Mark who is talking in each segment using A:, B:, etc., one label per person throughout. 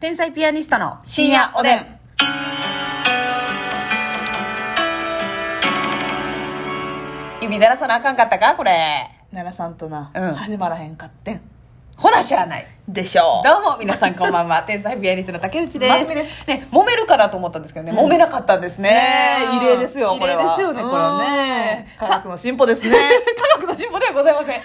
A: 天才ピアニストの深夜おでん。指鳴らさなあかんかったかこれ。
B: 奈良さんとな、
A: うん
B: 始まらへんかってん
A: ほら、しゃあない。
B: でしょ
A: どうも、皆さんこんばん は。天才ピアニストの竹内です。
B: ますみです
A: ね、揉めるかなと思ったんですけどね、揉めなかったんですね。
B: ねえ異例ですよこれは
A: 異例ですよね、これはね。
B: 科学の進歩ですね
A: 科学の進歩ではござい ません。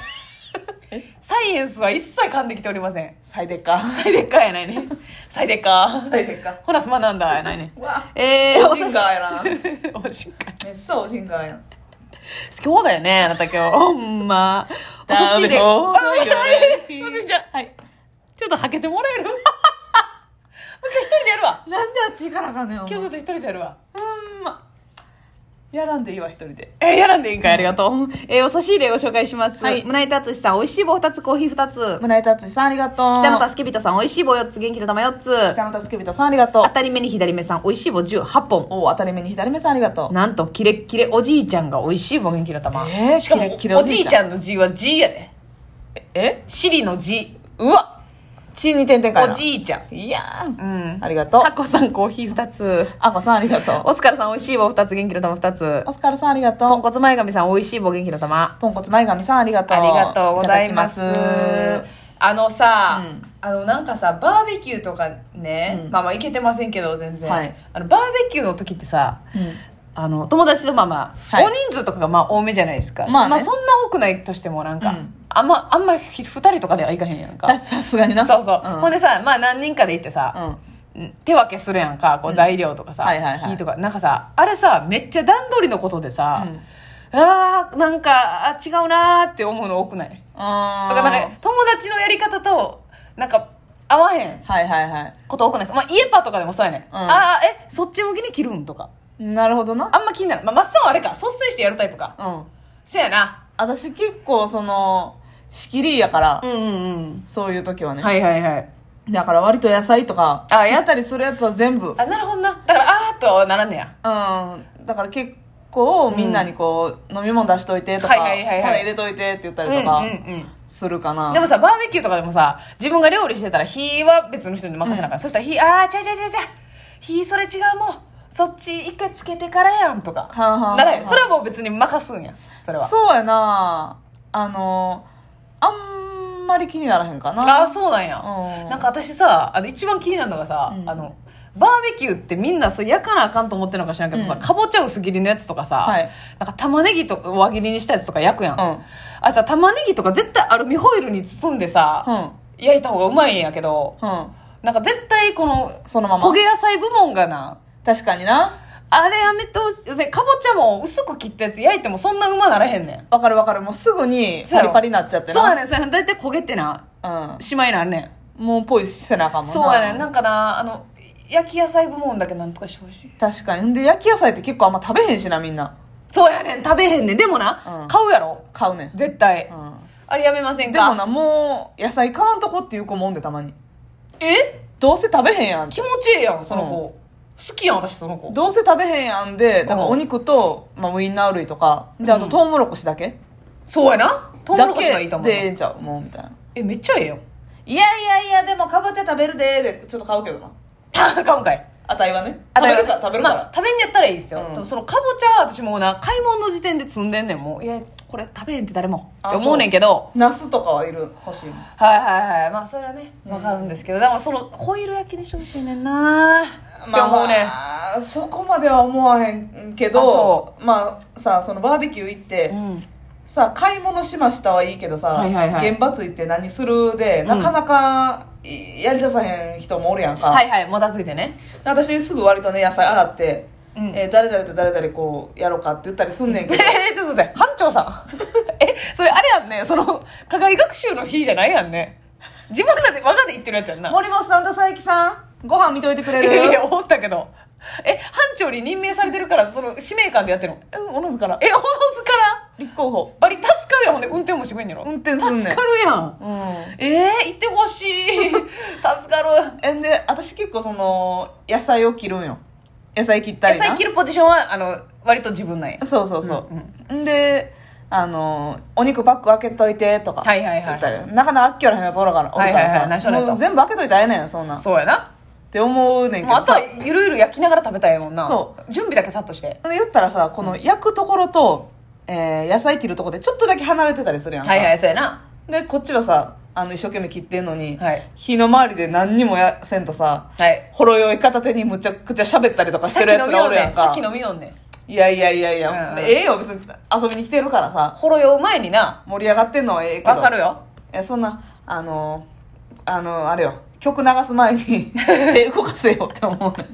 A: サイエンスは一切噛んできておりません。
B: 最でか
A: 最でっかやないね。最でっか。
B: 最でっか
A: ほら、すまなんだ、やないね。
B: わ
A: えー、
B: おしんがやなめっ
A: おしんか。
B: ちゃおしんがやん
A: 今日だよね、あなた今日。ほんま。お寿司で。
B: よ
A: お寿司ちゃん。はい。ちょっとはけてもらえるもう一回一人でやるわ。
B: なんであっち行かなあかんねんお前
A: 今日ちょっと一人でやるわ。
B: ほんまやらんでいいわ一人で
A: えー、やらんでいいんかいありがとう。えー、お差し入れご紹介します。
B: はい
A: 胸板敦さん、美味しい棒2つ、コーヒー2つ。
B: 村井達志さんありがとう
A: 北野助人さん、美味しい棒4つ、元気の玉4つ。
B: 北野助人さんありがとう
A: 当たり目に左目さん、美味しい棒18本。
B: お当たり目に左目さんありがとう
A: なんと、キレッキレおじいちゃんが美味しい棒元気の玉。
B: えー、し
A: しか
B: か
A: も
B: も
A: おじいち
B: ん
A: ゃんの字は G やで。
B: え
A: シリの G。
B: うわ血に点々かい
A: お
B: な
A: じいちゃん。
B: いや
A: う
B: ー
A: ん。
B: ありがとう
A: タコさんコーヒー2つ。
B: あこさんありがとう
A: オスカルさん美味しい棒2つ、元気の玉2つ。
B: オスカルさんありがとう
A: ポンコツ前髪さん美味しい棒元気の玉。
B: ポンコツ前髪さんありがとう
A: ありがとうございます
B: ただきます
A: あのさ、
B: うん
A: あのなんかさバーベキューとかね、
B: うん
A: まあまあいけてませんけど全然、
B: はい
A: あのバーベキューの時ってさあの友達とまあまあ、
B: はい
A: 大人数とかがまあ多めじゃないですか、
B: まあね
A: まあ、そんな多くないとしてもなんか、
B: うん
A: あんまあんま2人とかではいかへんやん
B: だ
A: か
B: さすがにな
A: そうそう、
B: ん
A: ほんでさまあ何人かで行ってさ、
B: うん
A: 手分けするやんかこう材料とかさ、
B: はいはいはい
A: 火とかなんかさあれさめっちゃ段取りのことでさ、
B: うん
A: あーなんかあ違うなーって思うの多くない
B: あ
A: だ
B: ー
A: からなんか友達のやり方となんか合わへん
B: はいはいは
A: こと多くないですか、まあ、イエパーとかでもそうやね、
B: うん
A: ん、ああえそっち向きに切るんとか
B: いなるほどな
A: あんま気にならんまあ、マッサンはあれか率先してやるタイプか
B: うん
A: せやな
B: 私結構その仕切りやから、
A: うんうんうん
B: そういう時はね、
A: はいはいはい
B: だから割と野菜とか
A: あや
B: やったりするやつは全部うん
A: あなるほどなだからああーっとはならんねや
B: だから結構みんなにこう、飲み物出しといてとか、
A: はいはいはいはい
B: タレ入れといてって言った
A: うん
B: り
A: うんう
B: とか
A: ん
B: するかな、
A: でもさバーベキューとかでもさ自分が料理してたら火は別の人に任せなあかん、そしたら火ああちゃうちゃうちゃうちゃう火それ違うもんそっち一回つけてからやんとか
B: はあはあはあ
A: ならへんそれはもう別に任すんやそれは
B: そうやなあのあんまり気にならへんか
A: あ
B: な
A: あそうなんや、
B: うん
A: なんか私さあの一番気になるのがさ、
B: うん
A: あのバーベキューってみんなそう焼かなあかんと思ってるのか知らんけどさ、
B: うん
A: かぼちゃ薄切りのやつとかさ、
B: はい
A: なんか玉ねぎとか輪切りにしたやつとか焼くやん、
B: うん
A: あさ玉ねぎとか絶対アルミホイルに包んでさ、
B: うん
A: 焼いた方がうまいんやけど
B: うん
A: なんか絶対この
B: そのまま
A: 焦げ野菜部門がな
B: 確かにな
A: あれやめてほしいでかぼちゃも薄く切ったやつ焼いてもそんなうまならへんねん
B: わかるわかるもうすぐに
A: そう
B: パ
A: やろ
B: リパリになっちゃって
A: そうや
B: な
A: ねんそうやねん大体焦げてなしまいなんねん
B: うん、もうポイせなあかんもんな
A: そうやねんなんかなあの焼き野菜部門だけなんとかしてほしい
B: 確かにんで焼き野菜って結構あんま食べへんしなみんな
A: そうやねん食べへんねんでもな、
B: うん
A: 買うやろ
B: 買うねん、
A: 絶対、
B: う
A: あれやめません
B: ん、でも
A: か
B: なもう野菜買わんとこっていう子もおんでたまに
A: え
B: どうせ食べへんやん
A: 気持ちええやんその子、
B: う
A: 好きやん私その子
B: どうせ食べへんやんでだから
A: うん
B: お肉と、まあ、ウインナー類とかであと
A: うん
B: トウモロコシだけ、
A: そうやなトウモ
B: だ
A: ロコシがいいと思
B: けでえ
A: い
B: えん
A: ま
B: ち
A: す
B: ゃうもうみたいな
A: えめっちゃええやん
B: いやいやいやでもかぼちゃ食べるででちょっと買うけどな
A: あかんかい
B: あたいはね
A: あ
B: 食べる
A: だ
B: からら食べるから、
A: まあ、食べんやったらいいですよ、
B: うん
A: でもそのかぼちゃは私もうな買い物の時点で積んでんねんもういやこれ食べへんって誰も
B: あ
A: って思うねんけど
B: ナスとかはいる欲しいもん
A: はいはいはいまあそれはねわかるんですけど、でもそのホイル焼きにしてほしいねんなって思うねん、
B: まあ、そこまでは思わへんけ
A: あそ
B: どまあさそのバーベキュー行って、
A: うん
B: さあ買い物しましたはいいけどさ、
A: はいはいはい
B: 現場ついて何するで、
A: ん
B: なかなかいやりださへん人もおるやんか、
A: はいはいもたついてね
B: 私すぐ割とね野菜洗って、
A: うん
B: えー誰々と誰々こうやろうかって言ったりすんねんけど
A: えちょっと待って班長さんえそれあれやんねその課外学習の日じゃないやんね自分らで我がで言ってるやつやんな
B: 森本さんと佐伯さんご飯見といてくれ
A: いやい
B: る
A: や思ったけどえ班長に任命されてるからその使命感でやってるの
B: うんおのずから
A: えおのずから
B: 立候補
A: バリ助かるやんほんで運転もしてくれんやろ
B: 運転すんね
A: 助
B: ん
A: かるやん
B: うん
A: えー、行ってほ しい助かる
B: えんで私結構その野菜を切るんよ野菜切った
A: 野
B: りな
A: 菜切るポジションはあの割と自分なんや
B: そうそうそうう、んであのお肉パック開けといてとか
A: はいはいはい
B: 言ったりなかなかあっきょらへんやつおるからお
A: は
B: る
A: い
B: か
A: はいはい
B: ら
A: ナショナ
B: さ
A: ルだ
B: もう全部開けといたらええねんそんなん
A: そうやな
B: って思うねんけ
A: もうあ
B: ど
A: と
B: さ
A: はゆるゆる焼きながら食べたいもんな
B: そ
A: 準備だけさっとして
B: で言ったらさこの焼くところと、えー野菜切るところでちょっとだけ離れてたりするやんか、
A: はいはいそうやな
B: でこっちはさあの一生懸命切ってんのに、
A: はい
B: 火の周りで何にもやせんとさ
A: はい
B: ほろ酔い片手にむちゃくちゃ喋ったりとかし
A: さってき
B: るや
A: 飲
B: つ
A: みよ
B: が
A: ん
B: おるや
A: ね
B: ん
A: さ
B: か
A: っき飲みよんね
B: いやいやいやいや、
A: うんうん
B: ええよ別に遊びに来てるからさ
A: ほろ酔う前にな
B: 盛り上がってんのはええけど
A: わかるよ
B: えそんなあのあのあれよ曲流す前に 手動かせよって思うねん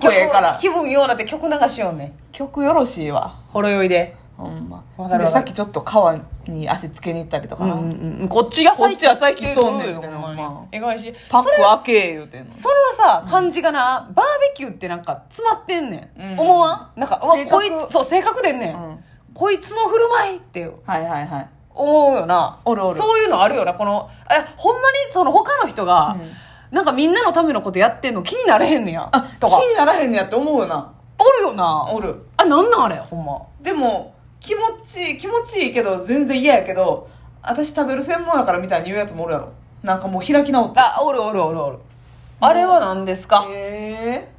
B: 曲ええから
A: 気分ようなって曲流しようね
B: 曲よろしいわ
A: ほろ酔いで
B: ほんま
A: わかる
B: で
A: わ
B: さ
A: か
B: っ
A: る
B: きちょっと川に足つけに行ったりとか
A: うん
B: な、
A: うんうんこっちが
B: こっちが最近通んねんってなほんま
A: えがいし
B: パッ
A: それ
B: ク開け言うてんの
A: そのさ感じがな、バーベキューってなんか詰まってんねん、
B: うん
A: 思わんなんかうわ
B: 性
A: こ
B: 格
A: いつそう性格でんねん、
B: うん
A: こいつの振る舞いって
B: はいはいはい
A: 思うよな
B: おるおる
A: そういうのあるよなこのえほんまにその他の人が、なんかみんなのためのことやってんの気になれへんねや
B: あ
A: とか
B: 気にならへんねやって思うよな
A: おるよな
B: おる
A: あなんなんあれほんま
B: でも気持ちいい気持ちいいけど全然嫌やけど私食べる専門やからみたいに言うやつもおるやろなんかもう開き直って
A: あおるおるおるおるあれは何ですか、
B: え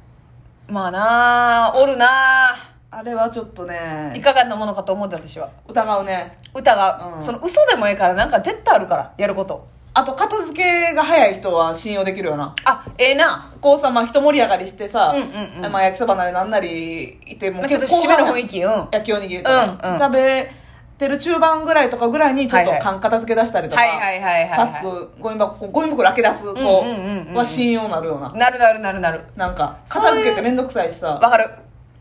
B: え
A: まあなあおるなあ
B: あれはちょっと
A: い
B: ね
A: かがなものかと思って私は
B: 疑うね
A: 歌が、
B: うん
A: その嘘でもええからなんか絶対あるからやること
B: あと片付けが早い人は信用できるよな
A: あええな
B: こうさまあ一盛り上がりしてさ、
A: うんうんうん
B: まあ、焼きそばなりなんなりいても
A: ちょっと締めの雰囲気うん
B: 焼きおにぎりとか、
A: うんうん
B: 食べてる中盤ぐらいとかぐらいにちょっと
A: はいはい
B: 缶片付け出したりとか、
A: はいはいはいはいはい
B: パックゴミ箱ゴミ袋開け出す子
A: うんうんうんうん
B: は信用なるような、
A: なるなるなるなる
B: なんか
A: そういう
B: 片付けって面倒くさいしさ
A: わかる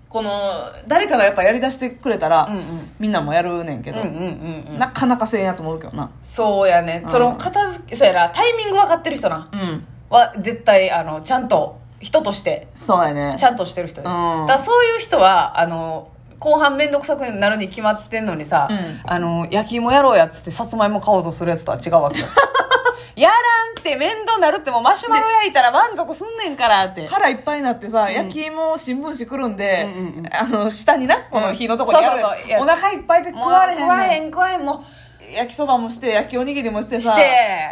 B: この誰かがやっぱやりだしてくれたら、
A: うんうん
B: みんなもやるねんけ
A: うん
B: ど、
A: うんうんうん
B: なかなかせんやつもおるけどな
A: そうやね
B: うん
A: その片付けそうやなタイミング分かってる人な
B: うん
A: は絶対あのちゃんと人として
B: そうやね
A: ちゃんとしてる人です、
B: うん
A: だからそういう人はあの後半面倒くさくなるに決まってんのにさ、
B: うん
A: あの焼き芋やろうやっつってさつまいも買おうとするやつとは違うわ けよやらんって面倒なるってもうマシュマロ焼いたら満足すんねんから って
B: 腹いっぱいになってさ、
A: ん
B: 焼き芋を新聞紙くるんで、
A: うんうんうん
B: あの下になこの火のとこにやる、
A: そうそうそういや
B: お腹いっぱいで
A: もう
B: 食われへんねん
A: 食わへん食わへんもう
B: 焼きそばもして焼きおにぎりもしてさ
A: し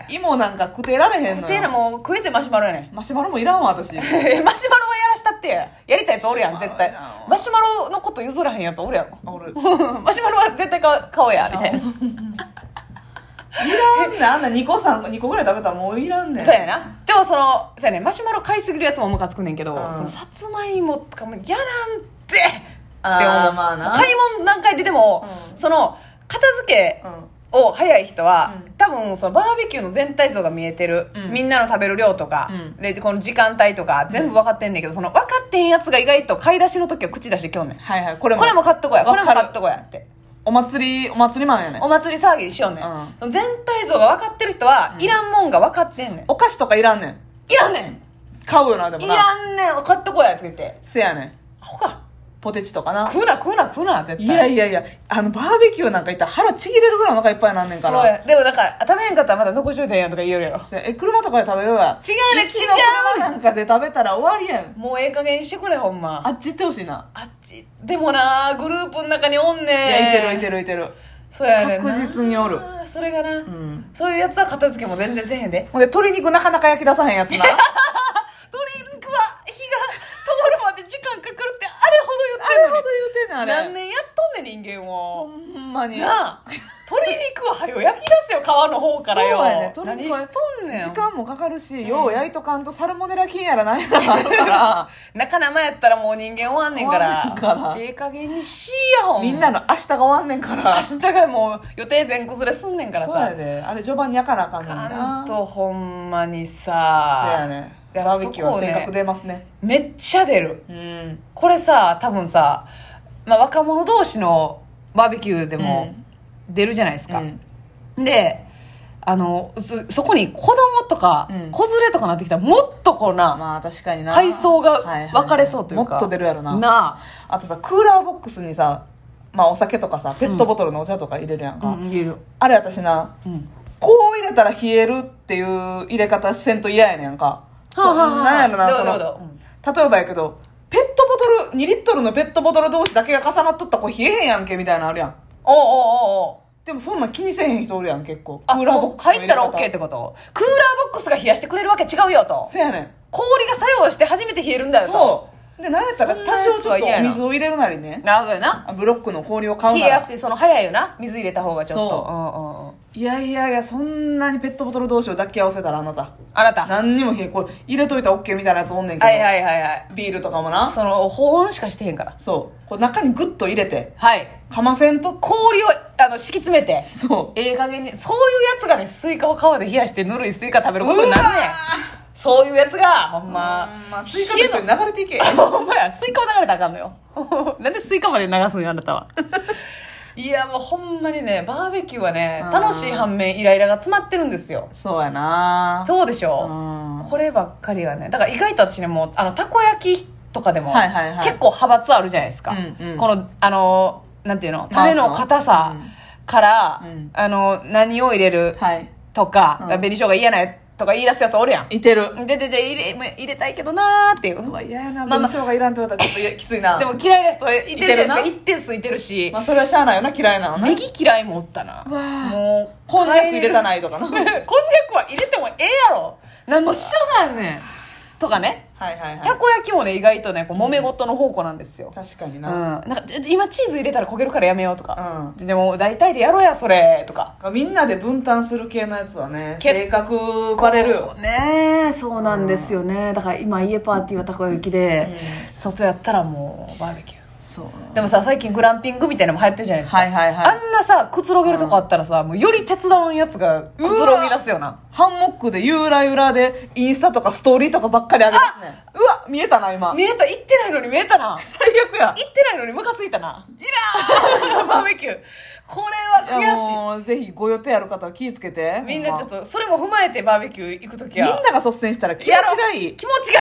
A: て
B: 芋なんか食ってられへんのよ
A: 食ってえなもう食えてマシュマロやねん
B: マシュマロもいらんわ私
A: マシュマロはやらしたってややりたいやつおるやん絶対
B: マシュマロやな
A: マシュマロのこと譲らへんや つおるやろ
B: 俺い
A: マシュマロは絶対買う買おうやみたいな
B: らんねんあんな2個3個2個ぐらい食べたらもういらんねん
A: そうやなでもそのそうやねマシュマロ買いすぎるやつもムカつくねんけど、
B: うん
A: そのさつまいもとかもやらんって
B: あー
A: って思う
B: まあな
A: 買い物何回ででも、
B: うん
A: その片付け
B: うん
A: を早い人は、
B: うん
A: 多分そのバーベキューの全体像が見えてる、
B: うん
A: みんなの食べる量とか、
B: うん
A: でこの時間帯とか全部分かってんねんけど、その分かってんやつが意外と買い出しの時は口出してきょんねん
B: はいはいこれも
A: これも買っとこやこれも買
B: わかる
A: っとこやって
B: お祭りお祭りマンやねん
A: お祭り騒ぎしよんねん、
B: うん
A: その全体像が分かってる人は、いらんもんが分かってんねん
B: お菓子とかいらんねん
A: いらんねん
B: 買うよなでも
A: い
B: な
A: らんねん買ってこいやって言って
B: せやねん
A: ほか
B: ポテチとかな
A: 食うな食うな食うな絶対
B: いやいやいやあのバーベキューなんか行ったら腹ちぎれるぐらいお腹いっぱいなんねんから
A: そうやでもなんか食べへんかったらまだ残しといてんやんとか言えるやろ
B: せやえ車とかで食べようや
A: 違うね
B: 行きの
A: 違う
B: 車なんかで食べたら終わりやん
A: もうええ加減にしてくれほんま
B: あっち行ってほしいな
A: あっちでもなグループの中におんねん
B: いやいてるいてるいてる
A: そうやねんな
B: 確実におる
A: それがな、
B: ん
A: そういうやつは片付けも全然せえへんで
B: ほんで鶏肉なかなか焼き出さへんやつな
A: 鶏肉は火が通るまで時間かかるってあれほど言ってるのに何
B: 言うてんねん
A: 年やっとんねん人間
B: ほ
A: を
B: んまに
A: なあ鶏肉ははよ焼き出せよ皮の方からよ、
B: そうやね鶏
A: 何
B: 肉
A: し
B: は
A: とんねん
B: 時間もかかるし、
A: ん
B: よう焼いとかんとサルモネラ菌やらなんやらあ るか
A: 仲生やったらもう人間終わんねんから
B: 終わんねんから
A: ええ加減にしいやほ
B: ら
A: ん
B: みんなの明日が終わんねんから
A: 明日がもう予定全崩れすんねんから
B: そうや
A: さ
B: であれ序盤に焼かなあかんねん
A: か
B: なんそう
A: とほんまに
B: や
A: さ、
B: ね
A: いや
B: バーベキューは
A: そこをね
B: 性格出ますね
A: めっちゃ出る
B: うん
A: これさ多分さ、まあ、若者同士のバーベキューでも出るじゃないです
B: う
A: か、
B: ん
A: であのそそこに子供とか
B: うん
A: 子連れとかなってきたらもっとこうな
B: まあ確かにな
A: 階層が
B: はいはい
A: 分かれそうというか、
B: もっと出るやろな
A: な
B: あとさクーラーボックスにさまあお酒とかさペットボトルのお茶とか入れるやん
A: あ、
B: か、
A: うん、いる、
B: あれ私な
A: うん、
B: こう入れたら冷えるっていう入れ方せんと嫌やねんか。
A: はあはあは
B: そ
A: あ
B: うなんやろな、
A: どう
B: そ
A: どうどう
B: の、例えばやけど、ペットボトル、2リットルのペットボトル同士だけが重なっとったらこれ冷えへんやんけみたいなのあるやん。
A: おうおうおうおう
B: でもそんなん気にせえへん人おるやん結構。
A: あ
B: クーラーボックスの
A: もう入ったら OK っ
B: と。
A: てことクーラーボックスが冷やしてくれるわけ違うよと
B: せやねん。
A: 氷が作用して初めて冷えるんだよと
B: そうで何やったら
A: そんな
B: 多少ちょっと
A: やつは嫌や
B: お
A: な
B: 水を入れるなりね
A: なあそうやな
B: ブロックの氷を買う
A: 冷え
B: な
A: や
B: ら
A: すいその早いよな水入れた方がちょっと
B: そ
A: うんうんうん
B: いやいやいやそんなにペットボトル同士を抱き合わせたらあなた
A: あなたは
B: 何にも冷えこれ入れといたら OK みたいなやつおんねん
A: い
B: けど、
A: はいはいはい
B: ビールとかもな
A: その保温しかしてへんから
B: そうこれ中にグッと入れて
A: はい
B: かませんと
A: 氷をあの敷き詰めて
B: そう
A: ええ加減にそういうやつがねスイカを皮で冷やしてぬるいスイカ食べることになるねん
B: うわ
A: そういうやつがほんま
B: うんまあスイカと一緒に流れていけ
A: ほんまや、スイカを流れたらあかんのよ。 なんでスイカまで流すのよ、あなたは。いや、もうほんまにね、バーベキューはね
B: あ、ー
A: 楽しい反面イライラが詰まってるんですよ。
B: そうやな
A: そうでしょ
B: は
A: こればっかりはね、だから意外と私ね、もう、あの、たこ焼きとかでも、
B: はいはいはい
A: 結構派閥あるじゃないですか。
B: うんうん
A: この、あの、なんていうの、タ
B: マウ
A: レ
B: スの
A: の硬さ
B: うん
A: から、
B: うん
A: あの、何を入れる
B: い
A: とか、
B: うん
A: 紅生姜嫌ないとか言い出すやつおるやん。
B: いてる
A: じゃじゃじゃ入れ、入れたいけどなーっていう
B: う。わ嫌やな
A: まあま
B: 文
A: あ
B: 章がいらんって言われたらちょっといやきついな
A: でも嫌いな人いてるじゃない
B: いてるな
A: ですか一定数いてるし、
B: まあそれはしゃあないよな嫌いなの
A: ネ
B: ね
A: ギ嫌いもおったな
B: うわー
A: もう
B: こんにゃく入れた
A: な
B: ないとか な
A: こん
B: はい
A: にゃくは入れてもええやろ何の支障なんねんとかね
B: はいはい
A: たこ焼きもね意外とねこう揉め事の方向なんですよ、
B: 確かに
A: うん、
B: な、
A: なんかちょ今チーズ入れたら焦げるからやめようとか、
B: う
A: でも大体でやろうやそれとか
B: みんなで分担する系のやつはね
A: 結
B: 性格バレるよ、
A: ねえそうなんですよね、だから今家パーティーはたこ焼きで、外やったらもうバーベキュー
B: そう
A: でもさ最近グランピングみたいなのも流行ってるじゃないですか、
B: はいはいはい
A: あんなさ、くつろげるとこあったらさ、もうより手伝わんやつがくつろぎ出すよな。
B: ハンモックでゆらゆらでインスタとかストーリーとかばっかり上げますねうわ見えたな今
A: 見えた、行ってないのに見えたな。
B: 最悪や
A: 行ってないのにムカついたな。いらー バーベキュー。これ
B: いや
A: は
B: もうぜひご予定ある方は気ぃつけて
A: 悔しい。みんなちょっ
B: と
A: と、それも踏まえてバーベキュー行くとき
B: みん
A: は。
B: なが率先したら気持ちがいい
A: 気持ちが